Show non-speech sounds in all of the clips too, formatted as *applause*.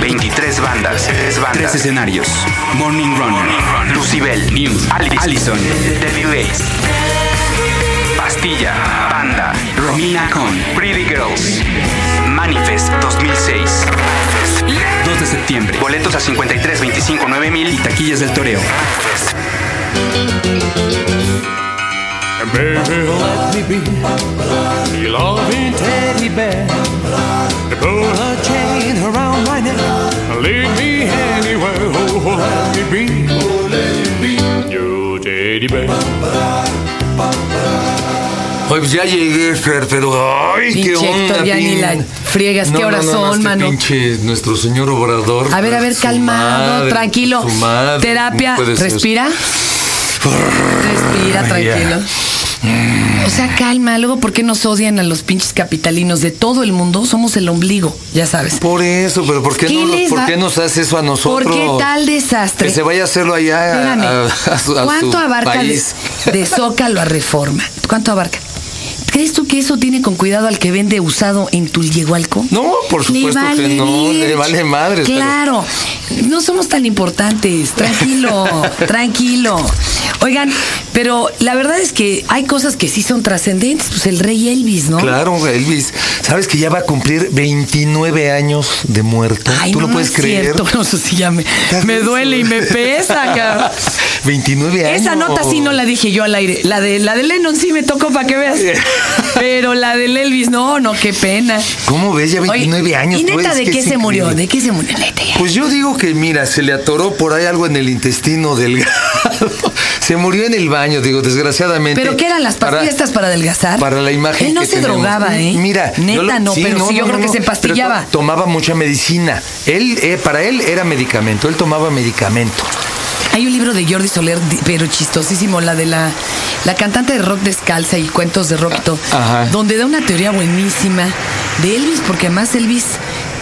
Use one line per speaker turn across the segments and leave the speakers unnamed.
23 bandas, 3 bandas,
Tres escenarios. Morning Runner.
Lucibel,
News.
Alice,
Allison.
Debbie Days, Pastilla, Panda,
Romina Con.
Pretty Girls, Manifest 2006,
2 de septiembre.
boletos a 53, 25, 9
Y
mil.
taquillas del toreo.
And baby, let me be your loving teddy bear. Pull a chain around my neck and lead me anywhere. Oh, let me be, oh, let me be your teddy bear.
Oye, pues ya llegué, Fer, pero ay, qué
Pinche
onda.
Héctor, ya ni
pin-
la friegas,
No,
¿qué
no,
horas
no, no,
son,
este
mano?
Pinche nuestro señor obrador.
A ver, a ver,
Su
calmado,
madre,
tranquilo.
su madre,
Terapia,
no puede ser.
respira. Respira, tranquilo. O sea, calma, luego ¿por qué nos odian a los pinches capitalinos de todo el mundo? Somos el ombligo, ya sabes.
Por eso, pero ¿por qué,
¿Qué
no,
les
¿por
va-
qué nos hace eso a
¿Por
nosotros?
qué tal desastre?
Que se vaya a hacerlo allá a,
Espérame.
a- Ah, a su, a su
¿Cuánto abarca de,
país.
de Zócalo a Reforma? ¿Cuánto abarca? ¿Crees tú que eso tiene con cuidado al que vende usado en Tulyehualco?
No, por supuesto
Le
que
vale
no,
bien.
le vale madre. pero-
Claro, no somos tan importantes.
*laughs*
Tranquilo, tranquilo. Oigan, pero la verdad es que hay cosas que sí son trascendentes. Pues el rey Elvis, ¿no?
Claro, Elvis. ¿Sabes que ya va a cumplir 29 años de muerto?
Ay,
¿Tú
no,
lo puedes
es
creer? *laughs*
Cierto. *laughs* No sé si ya me,
¿Estás
me
listo?
duele y me pesa, cabrón.
*laughs* 29 años.
Esa nota sí no la dije yo al aire. La de la de Lennon sí me tocó para
*laughs*
que veas. Pero la del Elvis, no, no, qué pena.
¿Cómo ves? Ya
Oye,
29 años.
¿Y
tú,
neta
es
de
que
qué
es
se murió?
increíble.
¿De qué se murió? Neta, ya.
Pues yo digo que, mira, se le atoró por ahí algo en el intestino delgado. *laughs* se murió en el baño, digo, desgraciadamente.
¿Pero qué eran las
Para-
pastillas estas para adelgazar?
Para la imagen.
Él no
que
se
tenemos.
drogaba, ¿eh?
Mira. yo
Neta
lo-
no,
sí,
pero sí, yo
no,
creo que
no.
se
Pero to-
pastillaba.
tomaba mucha medicina. Él, eh, para él era medicamento. Él tomaba medicamento.
Hay un libro de Jordi Soler, di- pero chistosísimo, la de la, la cantante de rock descalza y cuentos de rock y todo,
Ajá.
donde da una teoría buenísima de Elvis, porque además Elvis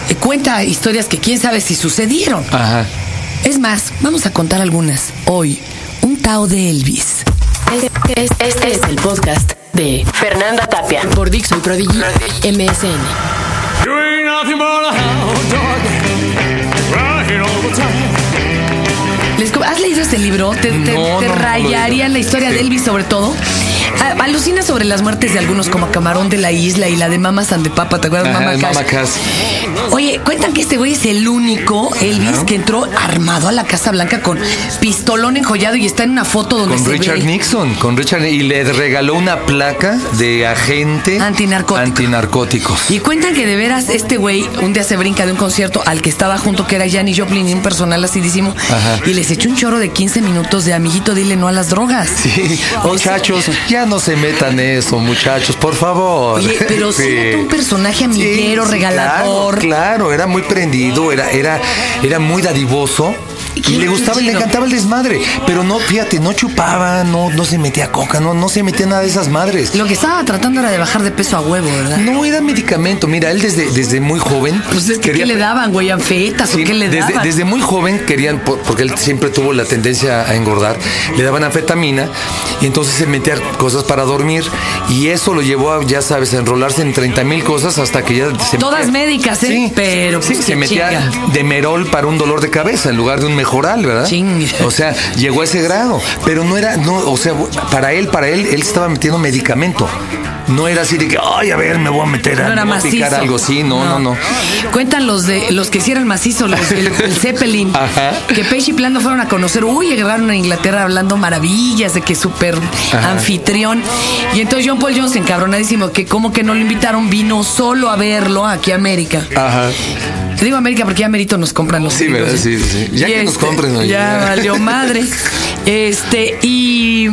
eh, cuenta historias que quién sabe si sucedieron.
Ajá.
Es más, vamos a contar algunas. Hoy, un Tao de Elvis.
Este, es- este es el podcast de Fernanda Tapia
Por Dixon Prodigy.
MSN.
You ain't nothing but a hound dog, crying all the time.
Les co- ¿Has leído este libro? ¿Te, te-
No,
te
no, no lo he leído.
rayaría la historia de
Sí.
Elvis sobre todo? A- Alucina sobre las muertes de algunos como Camarón de la Isla y la de Mamas and the Papa, ¿te acuerdas?
Ajá,
Mama
el
Cash.
Mama Cass.
Oye, cuentan que este güey es el único Elvis que entró armado a la Casa Blanca con pistolón enjollado y está en una foto donde
Con
se
Richard
ve.
Nixon, con Richard y le regaló una placa de agente
Antinarcótico.
antinarcóticos.
Y cuentan que de veras este güey un día se brinca de un concierto al que estaba junto, que era Janis Joplin y un personal asidísimo,
Ajá.
y les echó un choro de 15 minutos de amiguito, dile no a las drogas.
Sí, muchachos, ya no se metan eso, muchachos, por favor.
Oye, pero sí notó un personaje amiguero,
sí,
regalador.
Claro, claro, era muy prendido, era, era, era muy dadivoso. Y le gustaba, y le
chido.
encantaba el desmadre. Pero no, fíjate, no chupaba, no, no se metía coca, no, no se metía nada de esas madres.
Lo que estaba tratando era de bajar de peso a huevo, ¿verdad?
No era medicamento. Mira, él desde, desde muy joven.
Pues es que
quería-
¿qué le daban, güey? ¿Anfetas
Sí,
o qué le
desde,
daban?
desde muy joven querían, por- porque él siempre tuvo la tendencia a engordar, le daban anfetamina y entonces se metía cosas para dormir y eso lo llevó a, ya sabes, a enrolarse en 30 mil cosas hasta que ya se
Todas médicas, ¿eh?
Sí,
Pero,
sí,
pues,
se
qué
metía
chinga.
de merol para un dolor de cabeza en lugar de un mejoral, ¿verdad?
Chinga.
O sea, llegó a ese grado, pero no era, no, o sea, para él, para él, él estaba metiendo medicamento. No era así de que, ay, a ver, me voy a meter, a,
No era
me voy a picar
macizo.
algo, sí, no, no, no.
Cuentan los de los que hicieron macizo, los del
*laughs*
el Zeppelin,
Ajá.
que Page y Plano fueron a conocer, uy, llegaron a Inglaterra hablando maravillas de que súper anfitrión. Y entonces John Paul Jones, encabronadísimo, que como que no lo invitaron, vino solo a verlo aquí a América.
Ajá.
Digo América porque ya merito nos compran los
Sí,
gringos,
¿verdad?
¿eh?
Sí, sí, sí. Ya
Y
que nos compren, oye.
Ya valió madre. Este, y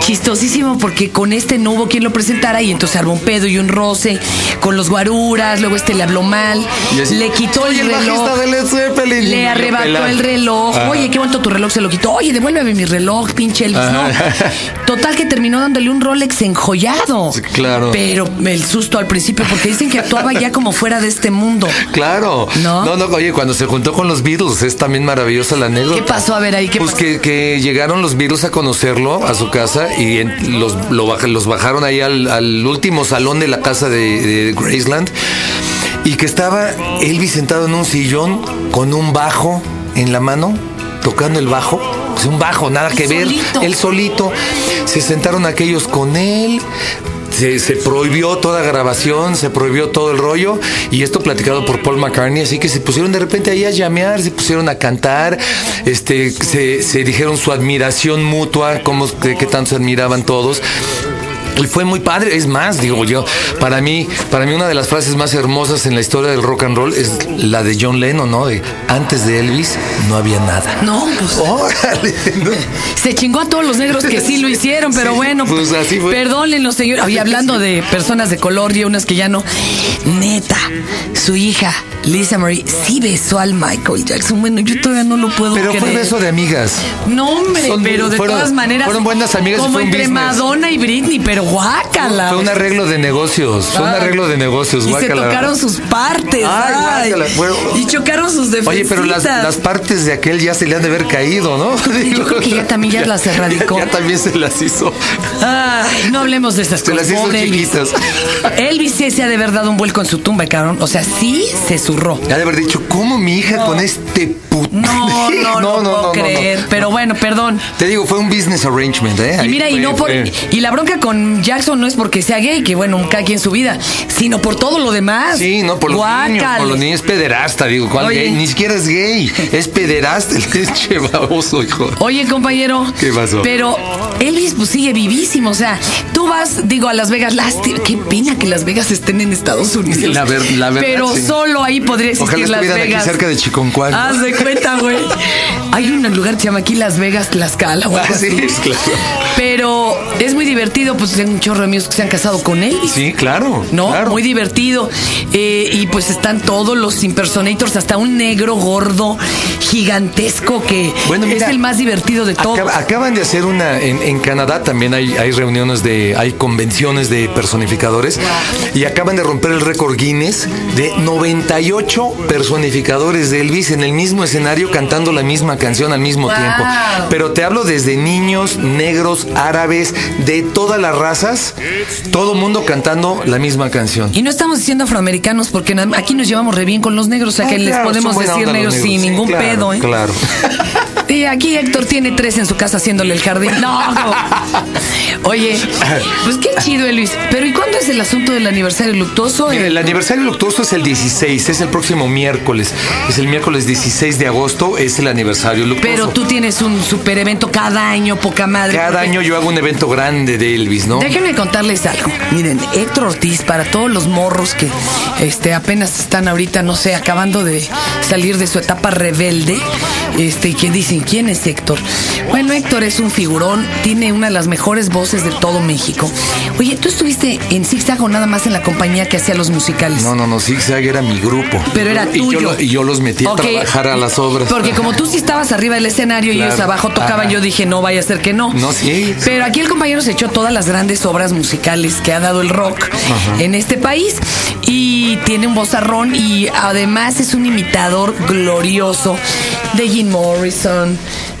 chistosísimo porque con este no hubo quien lo presentara y entonces armó un pedo y un roce con los guaruras, luego este le habló mal,
Y así,
le quitó
"Soy
el reloj.
bajista Ah. de Led Zeppelin".
Le
Lo
arrebató
pelaron.
el reloj.
Ajá.
Oye, qué bonito tu reloj se lo quitó. Oye, devuélveme mi reloj, pinche Elvis.
Ajá.
No. Total que terminó dándole un Rolex enjollado.
Sí, claro.
Pero el susto al principio, porque dicen que actuaba ya como fuera de este mundo.
*laughs* Claro.
¿No?
no, oye, cuando se juntó con los Beatles, es también maravillosa la anécdota.
¿Qué pasó? A ver, ahí, ¿qué
pues
pasó?
que, que llegaron los Beatles a conocerlo a su casa y en- los, lo baj- los bajaron ahí al, al último salón de la casa de, de Graceland. y que estaba Elvis sentado en un sillón con un bajo en la mano, tocando el bajo. Es un bajo, nada que ver.
solito.
Él solito. Se sentaron aquellos con él. Se, se prohibió toda grabación, se prohibió todo el rollo, y esto platicado por Paul McCartney, así que se pusieron de repente ahí a llamear, se pusieron a cantar, este, se, se dijeron su admiración mutua, cómo, qué, qué tanto se admiraban todos. Y fue muy padre, es más, digo yo, para mí, para mí una de las frases más hermosas en la historia del rock and roll es la de John Lennon, ¿no? De antes de Elvis no había
*laughs*
nada.
No, pues
Órale, ¿no?
se chingó a todos los negros que sí lo hicieron, pero
Oh. *laughs* Sí,
bueno.
pues, así fue.
Perdónenlo, señor. Oye, hablando de personas de color y unas que ya no. Neta, su hija, Lisa Marie, sí besó al Michael Jackson. Bueno, yo todavía no lo puedo
Pero fue
creer.
beso de amigas.
No, hombre,
Son-
pero de
fueron-
todas maneras.
fueron buenas amigas y
Como
fue un
entre
business.
Madonna y Britney, pero guácala.
Fue un arreglo de negocios, fue un
Ay.
arreglo de negocios,
Ah, Y se
guácala.
tocaron sus partes.
Ay,
ay.
guácala, fue-
y chocaron sus defensas.
Oye, pero las, las partes de aquel ya se le han de haber caído, ¿no?
Yo
*laughs*
creo que ya también ya las erradicó.
Ya, ya también se las hizo.
Ay, no hablemos de estas
Se
cosas.
las hizo
Pobre Elvis.
chiquitas.
Elvis sí se ha de haber dado un vuelco en su tumba, cabrón. O sea, sí se zurró.
Ya de haber dicho, ¿cómo mi hija con este puto? *laughs*
No, no, no, puedo creer. Pero bueno, perdón.
Te digo, fue un business arrangement, ¿eh?
Y
Ahí
mira, y
fue-
no por
fue-
y la bronca con Jackson no es porque sea gay, que bueno, cada quien su vida, sino por todo lo demás.
Sí, no, por los niños,
Guácale.
por los niños es pederasta, digo, ¿cuál
Oye.
gay? Ni siquiera es gay, es pederasta *laughs* el pinche baboso, hijo.
Oye, compañero.
¿Qué pasó?
Pero Elvis pues sigue vivísimo. O sea, tú vas, digo, a Las Vegas. Lástima, qué pena que Las Vegas estén en Estados Unidos.
La ver- la verdad,
Pero
sí.
solo ahí podría existir
Ojalá
Las
estuvieran aquí
Vegas. Ah,
cerca de Chiconcuán.
Haz de cuenta, güey. Hay un lugar que se llama aquí Las Vegas, Tlaxcala. o
*laughs*
algo
Ah,
*laughs*
sí,
así.
claro.
Pero es muy divertido, pues hay un chorro de amigos que se han casado con Elvis.
Sí, claro.
¿no?
claro.
Muy divertido. Eh, y pues están todos los impersonators, hasta un negro gordo, gigantesco, que
Bueno, mira,
es el más divertido de todos.
Acab- acaban de hacer una en, en Canadá también hay, hay reuniones de hay convenciones de personificadores y acaban de romper el récord Guinness de 98 personificadores de Elvis en el mismo escenario cantando la misma canción al mismo
Wow.
tiempo. Pero te hablo desde niños, negros, árabes, de todas las razas, todo mundo cantando la misma canción.
Y no estamos diciendo afroamericanos porque na- aquí nos llevamos re bien con los negros, o sea que
Ah,
les
claro,
podemos
son buena
decir
onda los
negros sin
Sí,
ningún
claro,
pedo, ¿eh?
Claro.
Y aquí Héctor tiene tres en su casa haciéndole el jardín. No, no. Oye, pues qué chido, eh, Luis. Pero ¿y cuándo es el asunto del aniversario luctuoso?
Mira,
Eh,
el aniversario luctuoso es el 16, es el próximo miércoles. Es el miércoles 16 de agosto, es el aniversario luctuoso.
Pero tú tienes un super evento cada año, poca madre.
Cada
porque-
año yo hago un evento grande de Elvis, ¿no?
Déjenme contarles algo. Miren, Héctor Ortiz, para todos los morros que este, apenas están ahorita, no sé, acabando de salir de su etapa rebelde, este, y que dicen, ¿quién es Héctor? Bueno, Héctor es un figurón, tiene una de las mejores voces de todo México. Oye, tú estuviste en Zigzag o nada más en la compañía que hacía los musicales.
No, no, no, Zigzag era mi grupo.
Pero era
Y
tuyo.
yo, lo- y yo los metí
Ok.
a trabajar a las obras.
Porque como tú sí estabas arriba del escenario y
Claro.
ellos abajo tocaban,
Ajá.
yo dije, no vaya a ser que no.
No, sí.
Pero aquí el compañero se echó todas las grandes obras musicales que ha dado el rock en este país y tiene un vozarrón y además es un imitador glorioso de Jim Morrison,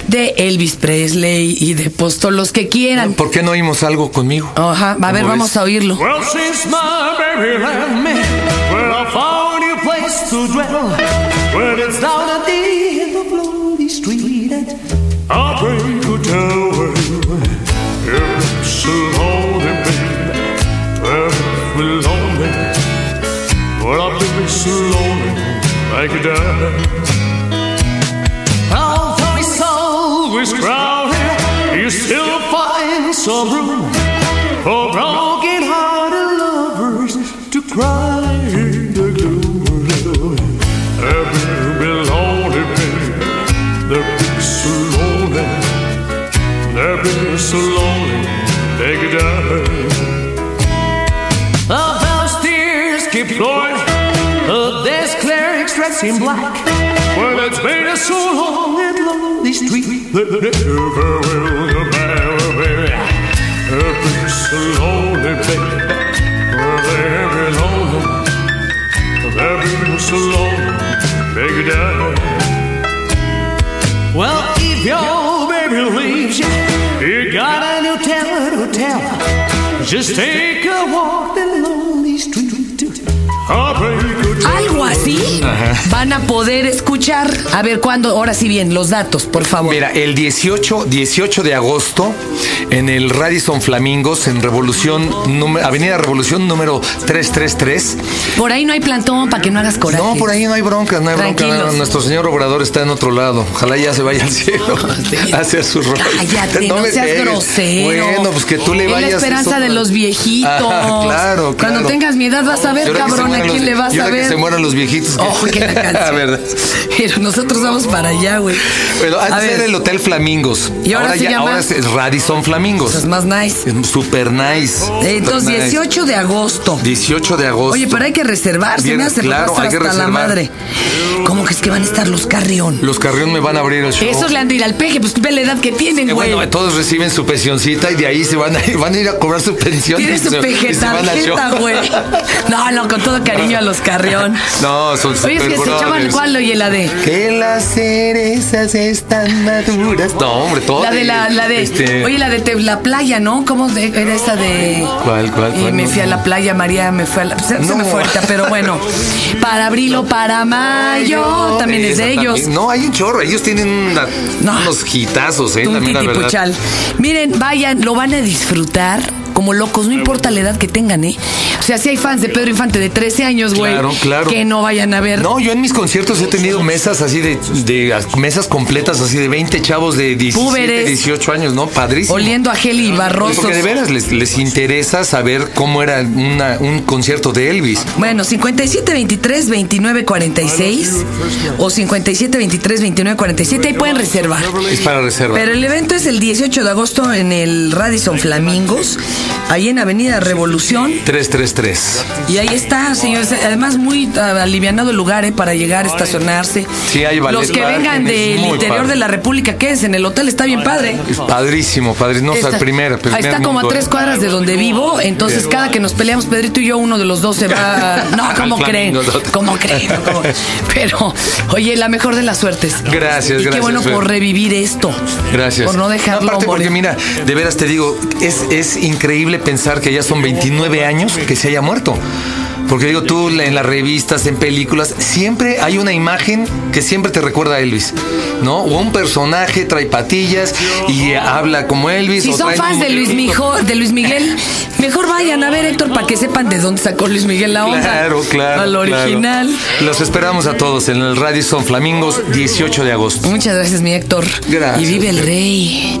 de Elvis Presley y de pues, todos los que quieran.
¿Por qué no oímos algo conmigo?
Ajá, a ver,
¿Cómo
vamos
ves?
a oírlo.
Well, since my baby left me, well, I found a place to dwell. Well, it's down at the end of Lonely Street. And I pray to tell her, it's so lonely, baby. Well, we're lonely. Well, I've been so lonely, I could die. Although it's always crowded, you still find some room for broken hearted lovers to cry in the gloom. Ever be lonely, baby, they're so lonely, they're so lonely, they could die. Of those tears keep flowing. Of this cleric's dressed in black. Well, it's been a so long and lonely street that never will go back, baby. It's been so lonely, baby. Well, they've been lonely. They've been so lonely, baby, down. Well, if your baby leaves you, you got a new tale to tell. Just take a walk the lonely street. I'll break a
sí van a poder escuchar. A ver, ¿cuándo? Ahora sí bien, los datos, por favor.
Mira, el 18, 18 de agosto en el Radisson Flamingos en Revolución número- Avenida Revolución número 333.
Por ahí no hay plantón para que no hagas coraje.
No, por ahí no hay bronca, no hay bronca.
Tranquilos.
no, Nuestro señor obrador está en otro lado. Ojalá ya se vaya al cielo
*laughs*
*laughs* a hacer su rol.
Cállate, no,
me
seas
pegues.
grosero.
Bueno, pues que tú le
Es
vayas.
la esperanza
eso- *laughs*
de los viejitos.
Ajá, claro, claro.
Cuando tengas mi edad vas a
Y
ver,
ahora que se
cabrón, a
mueran los-
quién le vas
y
a
ahora
ver.
que se mueran los viejitos.
*laughs*
que-
Oh,
*laughs*
qué la
La
canción.
verdad.
Pero nosotros vamos para allá, güey.
Bueno,
A
antes
ver,
era el Hotel Flamingos.
Y ahora se llama-
ahora es Radisson Flamingos.
cosas más nice.
Es Super nice. super
Entonces,
nice.
18 de agosto.
18 de agosto.
Oye, pero hay que reservar, se me
Bien,
hace
Pues claro,
pasar
hay que
hasta la
reservar.
madre. ¿Cómo que es que van a estar los carrión?
Los Carrión me van a abrir el show.
Esos le han de ir al peje, pues ve la edad que tienen,
Eh,
güey.
bueno, todos reciben su pensioncita y de ahí se van a, *laughs* van a ir a cobrar su pensión.
Tiene
y
su
se- y se van al
pejetarjeta,
show.
güey. No, no, con todo cariño a los carrión.
*laughs* No, son
Oye, es que se
superbrothers.
echaban cuál, oye, la de.
Que las cerezas están maduras. No, hombre, todo.
La de la, la de.
este,
Oye, la de te- la playa, ¿no? ¿Cómo de- era esa de.
¿Cuál, cuál,
Y
cuál?
me
No,
fui a
no.
la playa, María, me fue a la. Se, se
No.
me fue ahorita,
*laughs*
pero bueno. Para abril o para mayo, también es
esa
de ellos.
también. No, hay un chorro. Ellos tienen una-
No.
unos hitazos, ¿eh?
Tú,
También, la verdad.
titipuchal. Miren, vayan, lo van a disfrutar como locos, no importa la edad que tengan, ¿eh? O sea, si hay fans de Pedro Infante de 13 años, güey,
Claro, claro.
que no vayan a ver.
No, yo en mis conciertos he tenido mesas así de, de- mesas completas así de 20 chavos de 17,
Púberes.
18 años, ¿no? Padrísimo.
Oliendo a Geli y Barroso.
Porque de veras les, les interesa saber cómo era una- un concierto de Elvis.
Bueno, 5723-2946 o 5723-2947, ahí pueden reservar.
Es para reserva.
Pero el evento es el 18 de agosto en el Radisson Flamingos, ahí en Avenida Revolución.
333.
Y ahí está, señores. Además, muy ah, alivianado el lugar ¿eh? para llegar, estacionarse.
Sí, hay ballet
Los que
parking,
vengan
es
del
muy
interior
padre.
de la República, quédense en el hotel, está bien padre.
Es padrísimo, padrísimo. No, o sea,
Está-
primera, primer
ahí está como a
mundo,
tres
¿eh?
cuadras de donde vivo, entonces cada que nos peleamos, Pedrito y yo, uno de los dos
*laughs*
se va. No, ¿cómo
Al
creen?
Flamingo.
¿Cómo creen? No, ¿cómo? Pero, oye, la mejor de las suertes.
Gracias,
y Qué
gracias,
bueno
Fer.
por revivir esto.
Gracias.
Por no dejarlo
Aparte, porque
morir.
mira, de veras te digo, es, es increíble pensar que ya son 29 años que se haya muerto. Porque digo, tú la- en las revistas, en películas, siempre hay una imagen que siempre te recuerda a Elvis, ¿no? O un personaje trae patillas y habla como Elvis.
Si
o
son
traen
fans
un
de Luis,
muñequito.
Mijo- de Luis Miguel, mejor vayan a ver, Héctor, para que sepan de dónde sacó Luis Miguel la onda.
Claro, claro.
Al
claro.
original.
Los esperamos a todos en el Radisson Flamingos, 18 de agosto.
Muchas gracias, mi Héctor.
Gracias.
Y vive el rey.